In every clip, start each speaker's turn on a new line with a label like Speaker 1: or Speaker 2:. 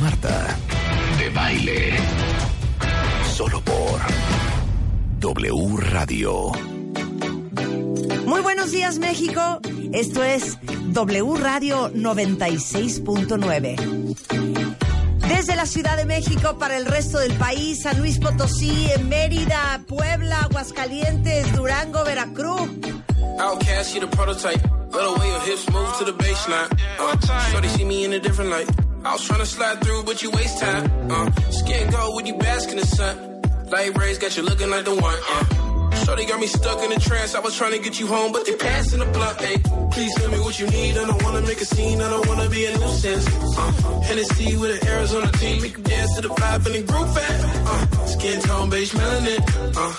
Speaker 1: Marta de baile. Solo por W Radio.
Speaker 2: Muy buenos días, México. Esto es W Radio 96.9. Desde la Ciudad de México para el resto del país, San Luis Potosí, Mérida, Puebla, Aguascalientes, Durango, Veracruz.
Speaker 3: Outcast, she the prototype. Love the way your hips move to the baseline. Uh, so they see me in a different light. I was trying to slide through, but you waste time. Uh, skin gold with you bask in the sun. Light rays got you looking like the one. Uh, so they got me stuck in a trance. I was trying to get you home, but they passing the blunt. Hey, please tell me what you need. I don't wanna make a scene. I don't wanna be a nuisance. Uh, Hennessy with an Arizona team. Make you dance to the vibe and the groove at. Uh, skin tone, beige melanin. Uh,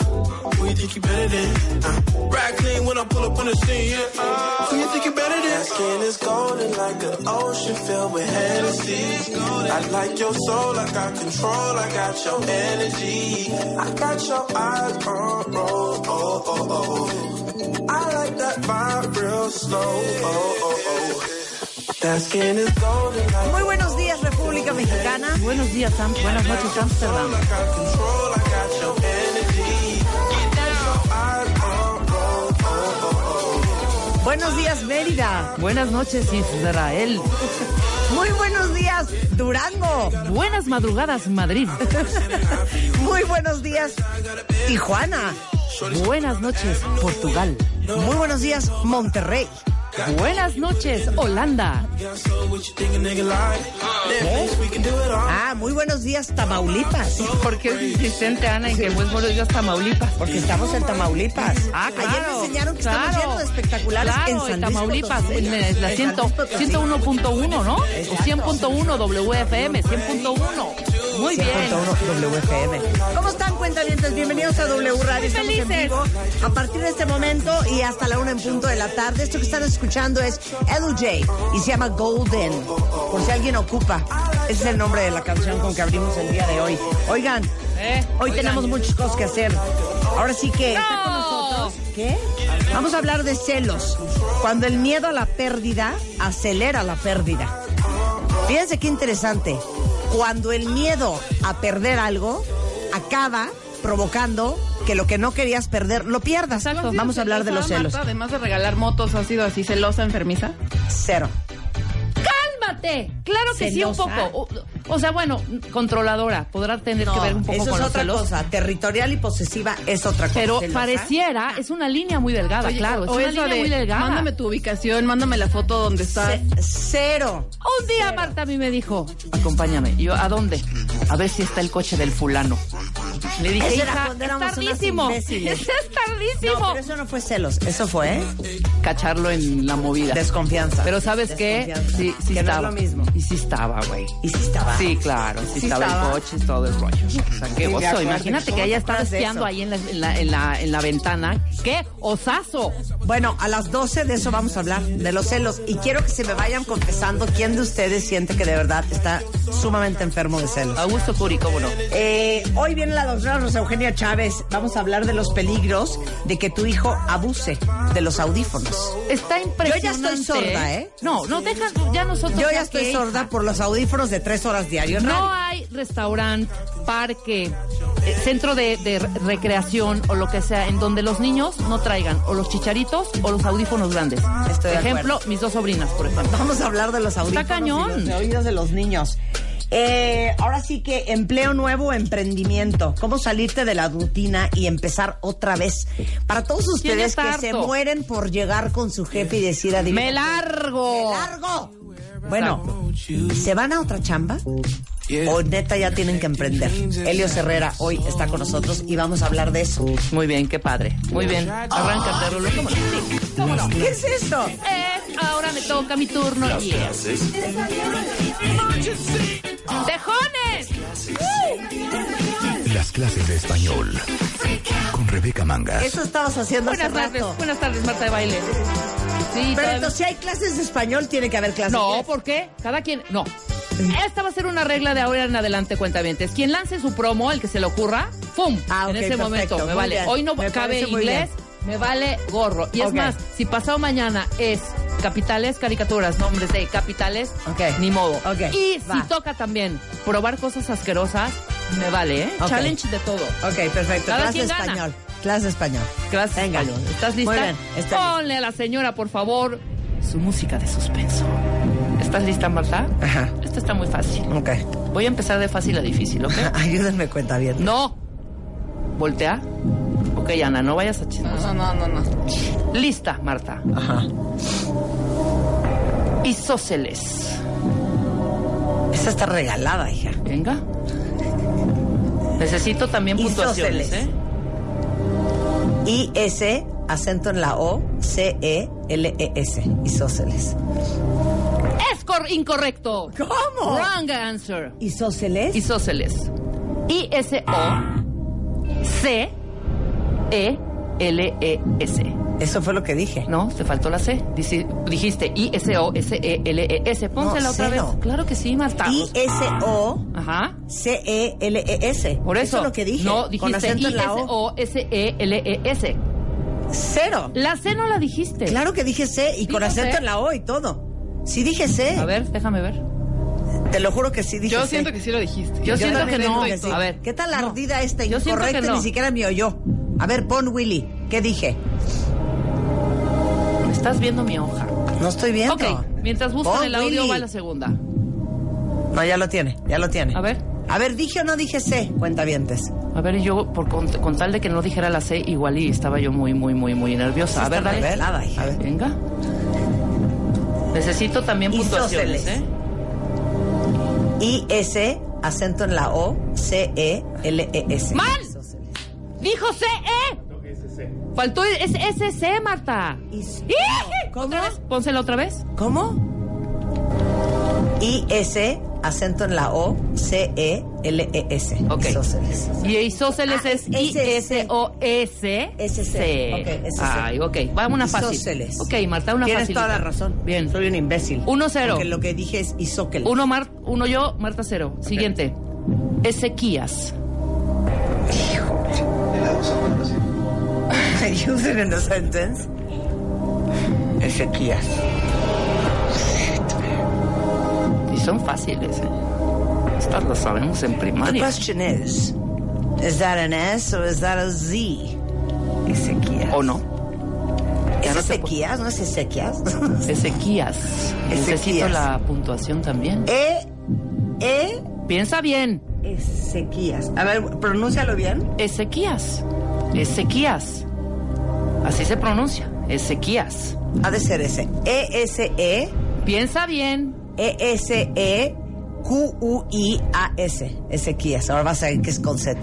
Speaker 3: who you think you better than? Uh, ride clean when I pull up on the scene. Yeah. Uh, who you think you better than? Your skin is golden like an ocean filled with Hennessy. I like your soul. I got control. I got your energy. I got your eyes on roll. Oh, oh, oh. I like that vibe real slow. Oh, oh, oh. That skin is golden like
Speaker 2: Muy buenos días, República Mexicana.
Speaker 4: Buenos días, Sam. Buenas noches, Amsterdam.
Speaker 3: I got control, I got your energy. I don't roll, oh, oh,
Speaker 2: Buenos días, Mérida.
Speaker 4: Buenas noches, Israel.
Speaker 2: Muy buenos días, Durango.
Speaker 4: Buenas madrugadas, Madrid.
Speaker 2: Muy buenos días, Tijuana.
Speaker 4: Buenas noches, Portugal.
Speaker 2: Muy buenos días, Monterrey.
Speaker 4: Buenas noches, Holanda.
Speaker 3: oh. Got so what you think a nigga like? Netflix, we can do it all.
Speaker 2: Ah, muy buenos días, Tamaulipas.
Speaker 4: ¿Por qué es insistente, Ana, en que buen buenos días, Tamaulipas?
Speaker 2: Porque estamos en Tamaulipas.
Speaker 4: Ah, claro.
Speaker 2: Ayer me enseñaron que
Speaker 4: claro.
Speaker 2: estamos llenos de espectaculares
Speaker 4: Claro,
Speaker 2: en San Luis
Speaker 4: Tamaulipas,
Speaker 2: Potosí.
Speaker 4: en, eh, la
Speaker 2: En
Speaker 4: 100
Speaker 2: San Luis Potosí.
Speaker 4: 101.1, ¿no? O 100.1 WFM, 100.1. Muy bien.
Speaker 2: 100.1 WFM. ¿Cómo están, cuentavientes? Bienvenidos a W Radio. Estamos en
Speaker 4: felices.
Speaker 2: vivo a partir de este momento y hasta la una en punto de la tarde. Esto que están escuchando es LJ y se llama Golden, por si alguien ocupa. Ese es el nombre de la canción con que abrimos el día de hoy. Oigan,
Speaker 4: Eh,
Speaker 2: hoy
Speaker 4: oigan.
Speaker 2: tenemos muchas cosas que hacer. Ahora sí que... está con nosotros- ¿Qué? Vamos a hablar de celos. Cuando el miedo a la pérdida acelera la pérdida. Fíjense qué interesante. Cuando el miedo a perder algo acaba provocando que lo que no querías perder lo pierdas.
Speaker 5: Exacto.
Speaker 2: Vamos a hablar de los
Speaker 5: Marta,
Speaker 2: celos.
Speaker 5: además de regalar motos, ¿ha sido así celosa, enfermiza?
Speaker 2: Cero.
Speaker 4: ¡Cálmate! Claro que sí,
Speaker 2: Celosa.
Speaker 4: un poco. O, o sea, bueno, controladora. Podrá tener que ver un poco
Speaker 2: Eso es
Speaker 4: con los
Speaker 2: otra
Speaker 4: celos.
Speaker 2: cosa. Territorial y posesiva es otra cosa. ¿ah?
Speaker 4: Pero
Speaker 2: Celosa.
Speaker 4: pareciera, es una línea muy delgada,
Speaker 5: Oye,
Speaker 4: claro. Es
Speaker 5: o
Speaker 4: una
Speaker 5: eso
Speaker 4: línea
Speaker 5: de,
Speaker 4: muy delgada.
Speaker 5: Mándame tu ubicación, mándame la foto donde estás.
Speaker 2: Ce- cero.
Speaker 4: Un día Marta a mí me dijo, acompáñame. Y yo, ¿a dónde? A ver si está el coche del fulano. Le dije,
Speaker 2: Eso era
Speaker 4: hija, es
Speaker 2: cuando éramos unas
Speaker 4: tardísimo. Es
Speaker 2: imbéciles. No,
Speaker 4: tardísimo.
Speaker 2: pero eso no fue celos. Eso fue ¿eh?
Speaker 4: Cacharlo en la movida.
Speaker 2: desconfianza.
Speaker 4: Pero ¿sabes qué?
Speaker 2: Desconfianza.
Speaker 4: Sí, sí
Speaker 2: que
Speaker 4: estaba.
Speaker 2: no es lo mismo.
Speaker 4: Y sí estaba, güey.
Speaker 2: Y sí estaba.
Speaker 4: Sí, claro, sí,
Speaker 5: Sí
Speaker 4: estaba,
Speaker 5: estaba.
Speaker 4: el coche y todo el rollo. O sea, qué
Speaker 2: Sí, me
Speaker 4: oso.
Speaker 2: acuerdo.
Speaker 4: Imagínate que
Speaker 2: ¿Cómo
Speaker 4: haya
Speaker 2: te
Speaker 4: estado
Speaker 2: acuerdas de
Speaker 4: espiando
Speaker 2: eso?
Speaker 4: ahí en la, en la- en la- en la ventana. ¡Qué osazo!
Speaker 2: Bueno, a las 12 de eso vamos a hablar, de los celos. Y quiero que se me vayan confesando quién de ustedes siente que de verdad está sumamente enfermo de celos.
Speaker 4: Augusto Curi, cómo no.
Speaker 2: Eh, hoy viene la doctora Rosa Eugenia Chávez. Vamos a hablar de los peligros de que tu hijo abuse de los audífonos.
Speaker 4: Está impresionante.
Speaker 2: Yo ya estoy sorda, ¿eh?
Speaker 4: No, no, deja, ya nosotros...
Speaker 2: Yo ya
Speaker 4: qué,
Speaker 2: estoy
Speaker 4: hija.
Speaker 2: sorda por los audífonos de tres horas diario. en
Speaker 4: No
Speaker 2: radio.
Speaker 4: hay restaurante, parque, eh, centro de, de re- recreación o lo que sea, en donde los niños no traigan o los chicharitos o los audífonos grandes.
Speaker 2: Estoy de
Speaker 4: por ejemplo, mis dos sobrinas, por ejemplo.
Speaker 2: Vamos a hablar de los audífonos
Speaker 4: cañón.
Speaker 2: y los de oídos de los niños. Eh, ahora sí que empleo nuevo, emprendimiento. Cómo salirte de la rutina y empezar otra vez. Para todos
Speaker 4: ¿Quién
Speaker 2: ustedes
Speaker 4: está
Speaker 2: que se
Speaker 4: harto?
Speaker 2: mueren por llegar con su jefe y decir adivina.
Speaker 4: ¡Me largo!
Speaker 2: ¡Me largo! Bueno, ¿se van a otra chamba? O neta ya tienen que emprender. Elio Herrera hoy está con nosotros y vamos a hablar de eso.
Speaker 4: Muy bien, qué padre. Muy bien. Arráncate, Rulo. ¿Cómo no?
Speaker 2: ¿Qué es esto?
Speaker 4: Es Ahora me toca mi turno. Yeah. ¡Tejones!
Speaker 1: Las clases de español con Rebeca Mangas.
Speaker 2: Eso estabas haciendo
Speaker 4: Buenas
Speaker 2: hace
Speaker 4: tardes,
Speaker 2: rato.
Speaker 4: buenas tardes, Marta de Baile. Sí,
Speaker 2: Pero
Speaker 4: todavía-
Speaker 2: entonces, si hay clases de español, tiene que haber clases.
Speaker 4: No, ¿por qué? Cada quien. No. Esta va a ser una regla de ahora en adelante, cuentavientes. Quien lance su promo, el que se le ocurra, ¡fum!
Speaker 2: Ah, ok,
Speaker 4: en ese
Speaker 2: perfecto,
Speaker 4: momento. Me
Speaker 2: muy
Speaker 4: vale.
Speaker 2: bien,
Speaker 4: Hoy no
Speaker 2: me
Speaker 4: cabe
Speaker 2: parece muy
Speaker 4: inglés, me vale gorro. Y es
Speaker 2: Ok.
Speaker 4: más, si pasado mañana es capitales, caricaturas, nombres de capitales,
Speaker 2: Ok.
Speaker 4: ni modo.
Speaker 2: Ok,
Speaker 4: Y
Speaker 2: va.
Speaker 4: si toca también probar cosas asquerosas, me vale, ¿eh?
Speaker 2: Ok.
Speaker 4: Challenge de todo.
Speaker 2: Ok, perfecto.
Speaker 4: Cada
Speaker 2: clase de
Speaker 4: quien gana.
Speaker 2: español. Clase de español.
Speaker 4: Gracias.
Speaker 2: Venga,
Speaker 4: Pablo. ¿Estás lista?
Speaker 2: Muy bien, estoy
Speaker 4: Ponle a la señora, por favor, su música de suspenso. ¿Estás lista, Marta?
Speaker 2: Ajá.
Speaker 4: Esto está muy fácil.
Speaker 2: Ok.
Speaker 4: Voy a empezar de fácil a difícil, ¿ok?
Speaker 2: Ayúdenme, cuenta bien.
Speaker 4: No. Voltea. Ok, Ana, no vayas a chismos.
Speaker 5: No, no, no, no.
Speaker 4: Lista, Marta.
Speaker 2: Ajá.
Speaker 4: Isóceles.
Speaker 2: Esa está regalada, hija.
Speaker 4: Venga. Necesito también puntuaciones,
Speaker 2: Isósceles.
Speaker 4: ¿eh?
Speaker 2: I-S, acento en la O, E, C-E-L-E-S. Isóceles.
Speaker 4: Es cor- incorrecto.
Speaker 2: ¿Cómo?
Speaker 4: Wrong answer.
Speaker 2: Isóceles.
Speaker 4: Isósceles. I-S-O. C. E. L. E. S.
Speaker 2: Eso fue lo que dije.
Speaker 4: No, te faltó la C. Dici- dijiste E I-S-O-S-E-L-E-S. Pónsela
Speaker 2: No, E
Speaker 4: otra vez.
Speaker 2: cero.
Speaker 4: Claro que sí, Marta.
Speaker 2: I-S-O.
Speaker 4: Ajá.
Speaker 2: E, C-E-L-E-S.
Speaker 4: Por eso.
Speaker 2: es lo que dije.
Speaker 4: No,
Speaker 2: Con
Speaker 4: dijiste
Speaker 2: acento en la O.
Speaker 4: E I-S-O-S-E-L-E-S.
Speaker 2: Cero.
Speaker 4: La C no la dijiste.
Speaker 2: Claro que dije C y con
Speaker 4: Dijo
Speaker 2: acento
Speaker 4: C.
Speaker 2: en la O y todo. Sí dije C.
Speaker 4: A ver, déjame ver.
Speaker 2: Te lo juro que sí dije
Speaker 5: Yo
Speaker 2: C.
Speaker 5: siento que sí lo dijiste.
Speaker 4: Yo siento
Speaker 5: también
Speaker 4: que no.
Speaker 5: siento
Speaker 4: A ver.
Speaker 2: ¿Qué tal
Speaker 4: No.
Speaker 2: ardida esta
Speaker 4: Yo siento
Speaker 2: incorrecta?
Speaker 4: que no.
Speaker 2: Ni siquiera me oyó. A ver, pon Willy. ¿Qué dije?
Speaker 4: Me estás viendo mi hoja.
Speaker 2: No estoy viendo.
Speaker 4: Ok, mientras buscan
Speaker 2: Pon
Speaker 4: el audio
Speaker 2: Oh, Willy.
Speaker 4: va la segunda.
Speaker 2: No, ya lo tiene, ya lo tiene.
Speaker 4: A ver.
Speaker 2: A ver, dije o no dije C, cuentavientes.
Speaker 4: A ver, yo, por con, con tal de que no dijera la C, igual y estaba yo muy, muy, muy, muy nerviosa. A ver,
Speaker 2: Está
Speaker 4: dale.
Speaker 2: revelada, hija. A ver.
Speaker 4: Venga. Necesito también puntuaciones,
Speaker 2: Isósceles.
Speaker 4: ¿eh?
Speaker 2: I S acento en la O C E L E S.
Speaker 4: ¡Mal! Dijo C, E. Faltó es SC, Marta.
Speaker 2: Is-
Speaker 4: ¡Ih!
Speaker 2: ¿Cómo?
Speaker 4: ¿Otra vez? Pónsela otra vez.
Speaker 2: ¿Cómo? I S acento en la O C E L E S.
Speaker 4: Ok.
Speaker 2: Isósceles.
Speaker 4: Y E, isósceles
Speaker 2: Ah,
Speaker 4: es
Speaker 2: es
Speaker 4: I-S-O-S.
Speaker 2: SC. Ok, SC.
Speaker 4: Ay, ok. Vamos a una fácil.
Speaker 2: Isósceles.
Speaker 4: Ok, Marta, una
Speaker 2: Tienes
Speaker 4: fácil.
Speaker 2: toda la razón.
Speaker 4: Bien.
Speaker 2: Soy un imbécil.
Speaker 4: Uno cero.
Speaker 2: Porque lo que dije es isóqueles.
Speaker 4: Uno, Mar- uno yo, Marta cero. Siguiente. Ezequías.
Speaker 2: Use it in a sentence. Ezequías.
Speaker 4: Y son fáciles, ¿eh? Estas las sabemos en
Speaker 2: The
Speaker 4: primaria.
Speaker 2: question is, is that an S or is that a Z? Ezequías.
Speaker 4: ¿O no?
Speaker 2: ¿Es
Speaker 4: Ya no te puedo-
Speaker 2: Ezequías? ¿No es Ezequías?
Speaker 4: Ezequías. Necesito
Speaker 2: Ezequías.
Speaker 4: la puntuación también.
Speaker 2: e, E,
Speaker 4: Piensa bien.
Speaker 2: Ezequías. A ver, pronúncialo bien.
Speaker 4: Ezequías. Ezequías. Así se pronuncia. Ezequías.
Speaker 2: Ha de ser ese. E, S, E,
Speaker 4: Piensa bien.
Speaker 2: E, S, E, Q, U, I, A, S. Ezequías. Ahora vas a ver que es con Z.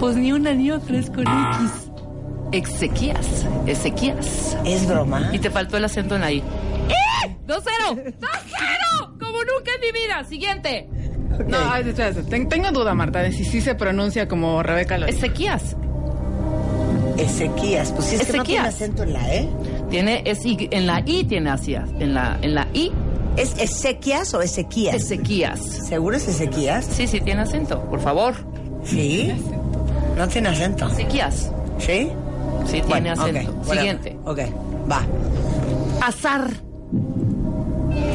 Speaker 4: Pues ni una ni otra es con X. Ezequías. Ezequías.
Speaker 2: ¿Es broma?
Speaker 4: Y te faltó el acento en la I. ¡Eh! ¡Dos cero! ¡Dos cero! Como nunca en mi vida. Siguiente.
Speaker 5: No, a ver, espérate. Ten- tengo duda, Marta, de si sí se pronuncia como Rebeca lo dice.
Speaker 4: Ezequías.
Speaker 2: Ezequías. Pues sí, es que no tiene
Speaker 4: Ezequías.
Speaker 2: acento en la E.
Speaker 4: Tiene, es y, en la I tiene hacia. En la, en la I,
Speaker 2: ¿Es Ezequías o Ezequías?
Speaker 4: Ezequías.
Speaker 2: ¿Seguro es Ezequías?
Speaker 4: Sí, sí, tiene acento. Por favor.
Speaker 2: Sí. No tiene acento.
Speaker 4: Ezequías.
Speaker 2: ¿Sí?
Speaker 4: Sí, tiene
Speaker 2: Bueno,
Speaker 4: acento.
Speaker 2: ok,
Speaker 4: Siguiente.
Speaker 2: whatever. Ok, va.
Speaker 4: Azar.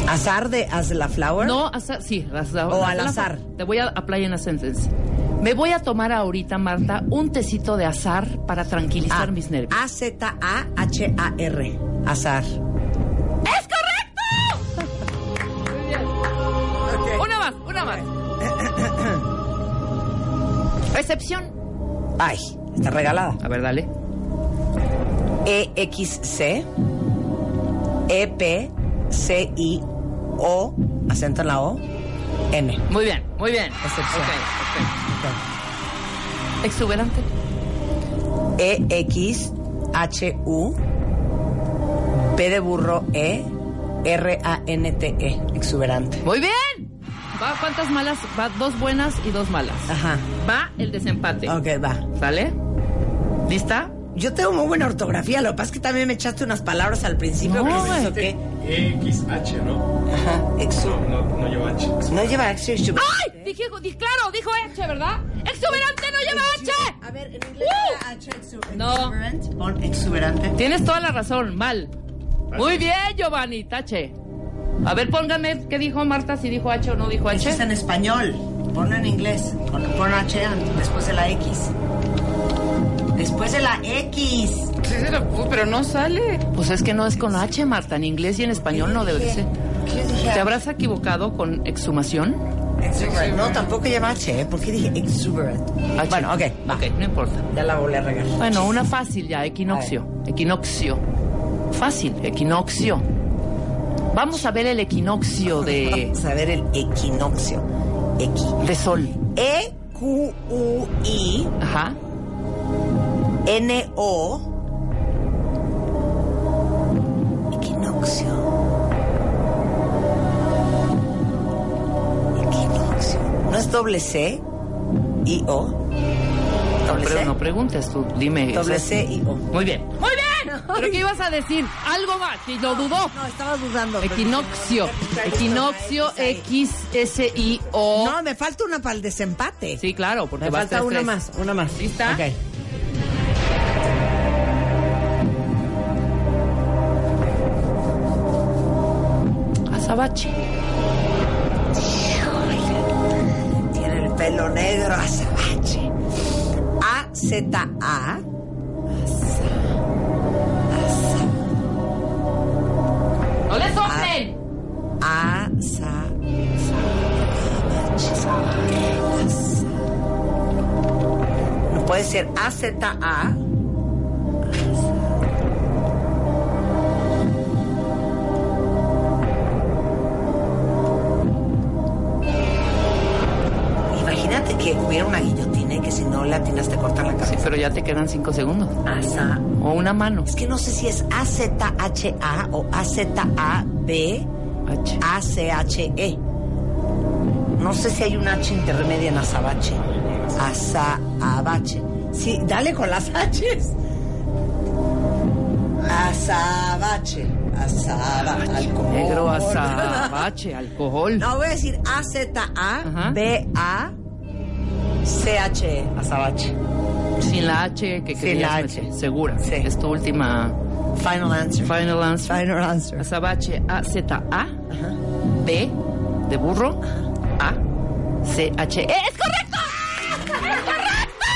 Speaker 2: ¿Azar de As la Flower?
Speaker 4: No, azar, sí, azar.
Speaker 2: O al azar.
Speaker 4: Te voy a apply en a sentence. Me voy a tomar ahorita, Marta, un tecito de azar para
Speaker 2: Ah.
Speaker 4: tranquilizar mis nervios.
Speaker 2: A-Z-A-H-A-R. Azar.
Speaker 4: ¡Es correcto! Una más, una más. Excepción.
Speaker 2: Ay, está E regalada.
Speaker 4: A ver, dale.
Speaker 2: E-X-C. E E-P-C-I-O. Acento en la O. N.
Speaker 4: Muy bien, muy bien.
Speaker 2: Excepción.
Speaker 4: Ok, ok.
Speaker 2: E
Speaker 4: Exuberante.
Speaker 2: E-X-H-U. P de burro E R A N T E. Exuberante.
Speaker 4: Muy bien. Va, ¿cuántas malas? Va dos buenas y dos malas.
Speaker 2: Ajá.
Speaker 4: Va el desempate.
Speaker 2: Ok, va.
Speaker 4: ¿Sale? ¿Lista?
Speaker 2: Yo tengo muy buena ortografía, lo que pasa es que también me echaste unas palabras al principio.
Speaker 4: No, este
Speaker 2: que dices,
Speaker 4: güey.
Speaker 2: ok.
Speaker 6: XH, ¿no?
Speaker 2: Ajá, exu-
Speaker 6: No, no, no lleva H.
Speaker 2: No lleva exu- exu-
Speaker 4: ¡Ay! Dije, di- claro, dijo H, ¿verdad? ¡Exuberante no lleva H!
Speaker 2: A ver, en inglés
Speaker 4: ¡Uh!
Speaker 2: lleva H, exu-
Speaker 4: No.
Speaker 2: exuberant, Pon exuberante.
Speaker 4: Tienes toda la razón, mal. Muy bien, Giovanni, tache. A ver, póngame qué dijo Marta, si dijo H o no dijo
Speaker 2: Eso es
Speaker 4: H.
Speaker 2: en español. Ponlo en inglés. Pon, pon H después de la X. Después de la X.
Speaker 5: Sí, se lo puse, pero no sale.
Speaker 4: Pues es que no es con H, Marta, en inglés y en español no debe de ser.
Speaker 2: ¿Qué dije?
Speaker 4: ¿Te habrás equivocado con exhumación?
Speaker 2: Exuberant. No, tampoco lleva H, ¿eh? ¿Por qué dije exuberant?
Speaker 4: H.
Speaker 2: Bueno, ok, va.
Speaker 4: Ok, no importa.
Speaker 2: Ya la volví a regar.
Speaker 4: Bueno, una fácil ya, equinoccio. Equinoccio. Fácil, equinoccio. Vamos a ver el equinoccio de,
Speaker 2: Vamos a ver el equinoccio. Equi. E
Speaker 4: de sol.
Speaker 2: E-Q-U-I-N-O.
Speaker 4: Ajá.
Speaker 2: Equinoccio. Equinoccio. ¿No es doble C? ¿Y O? ¿Doble
Speaker 4: Pero
Speaker 2: C?
Speaker 4: no preguntes tú, dime.
Speaker 2: Doble
Speaker 4: o sea,
Speaker 2: C y O.
Speaker 4: Muy bien. Muy bien. ¿Pero qué ibas a decir? Algo más. Y lo dudó.
Speaker 7: No, estaba dudando. pero dije, no,
Speaker 4: Equinoccio.
Speaker 2: no, no,
Speaker 4: Equinoccio
Speaker 2: no, no, no, no,
Speaker 4: X-S-I-O.
Speaker 7: No, me falta una para el desempate.
Speaker 4: Sí, ¿Ah? claro, porque
Speaker 2: Me
Speaker 4: va a
Speaker 2: falta
Speaker 4: ser
Speaker 2: una
Speaker 4: tres.
Speaker 2: más, una más.
Speaker 4: ¿Lista?
Speaker 2: Ok.
Speaker 4: Azabache.
Speaker 2: Tiene el pelo negro azabache. A Z A.
Speaker 4: ¡No le soplen!
Speaker 2: A sa. No puede ser A Z A. Imagínate que hubiera una guillotina y que si no le atinas te cortan la
Speaker 4: Sí,
Speaker 2: cabeza.
Speaker 4: pero ya te quedan cinco segundos.
Speaker 2: Asa.
Speaker 4: O una mano.
Speaker 2: Es que no sé si es A-Z-H-A o A-Z-A-B,
Speaker 4: H.
Speaker 2: A-C-H-E. E. No sé si hay un H intermedia en azabache. Azabache. Sí, dale con las H's. Azabache. Azabache.
Speaker 4: Negro azabache, alcohol.
Speaker 2: No, voy a decir A-Z-A,
Speaker 4: Ajá.
Speaker 2: B-A, C-H-E. Azabache.
Speaker 4: Sin la H que
Speaker 2: Sin la
Speaker 4: querías
Speaker 2: H.
Speaker 4: meter, Segura.
Speaker 2: Sí.
Speaker 4: Es tu última
Speaker 2: Final answer.
Speaker 4: final answer.
Speaker 2: Final answer.
Speaker 4: Azabache A-Z-A. B de burro. A. C-H-E. ¡Es correcto! ¡Es correcto!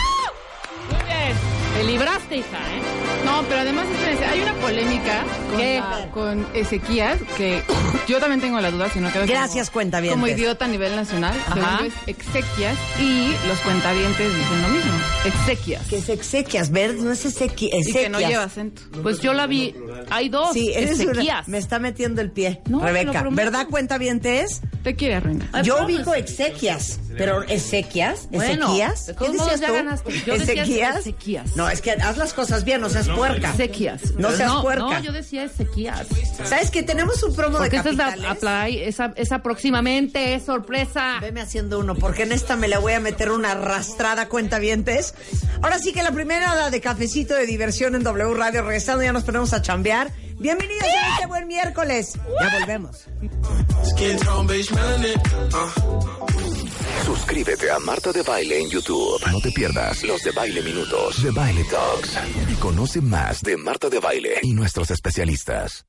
Speaker 4: Muy bien. Te libraste, hija, ¿eh?
Speaker 5: No, pero además espérense, hay una polémica con,
Speaker 4: ¿Qué?
Speaker 5: con Ezequías que yo también tengo la duda, si no quedo
Speaker 2: Gracias,
Speaker 5: como,
Speaker 2: cuentavientes.
Speaker 5: como idiota a nivel nacional.
Speaker 4: Ajá.
Speaker 5: Según yo es Exequias y los cuentavientes dicen lo mismo.
Speaker 4: Exequias.
Speaker 2: Que es exequias, ¿verdad? No es exequi-
Speaker 5: Y
Speaker 2: exequias.
Speaker 5: que no lleva acento.
Speaker 4: Pues yo la vi. Hay dos.
Speaker 2: Sí, eres una-
Speaker 4: Ezequías.
Speaker 2: me está metiendo el pie,
Speaker 4: No, te lo
Speaker 2: Rebeca.
Speaker 4: prometo.
Speaker 2: ¿Verdad, cuenta bien te es?
Speaker 5: Te quiere arruinar.
Speaker 4: Ay,
Speaker 2: Yo
Speaker 4: ¿cómo
Speaker 2: digo
Speaker 4: es?
Speaker 2: exequias, pero exequias,
Speaker 4: Bueno,
Speaker 2: exequias.
Speaker 4: de todos modos ya ganaste. Yo decía exequias.
Speaker 2: No, es que haz las cosas bien, no seas puerca.
Speaker 4: Exequias.
Speaker 2: No seas
Speaker 4: no,
Speaker 2: puerca.
Speaker 4: No, yo decía Ezequías.
Speaker 2: ¿Sabes que tenemos un promo
Speaker 4: Porque
Speaker 2: de
Speaker 4: esta es la
Speaker 2: capitales?
Speaker 4: apply, esa, esa próximamente es sorpresa.
Speaker 2: Veme haciendo uno, porque en esta me la voy a meter una arrastrada cuenta vientes. Ahora sí que la primera la de cafecito de diversión en W Radio. Regresando ya nos ponemos a chambear. Bienvenidos a este buen miércoles. Ya volvemos.
Speaker 3: Skin tone, beige melanin. Uh.
Speaker 1: Suscríbete a Marta de Baile en YouTube. No te pierdas los de Baile Minutos, de Baile Talks. Y conoce más de Marta de Baile y nuestros especialistas.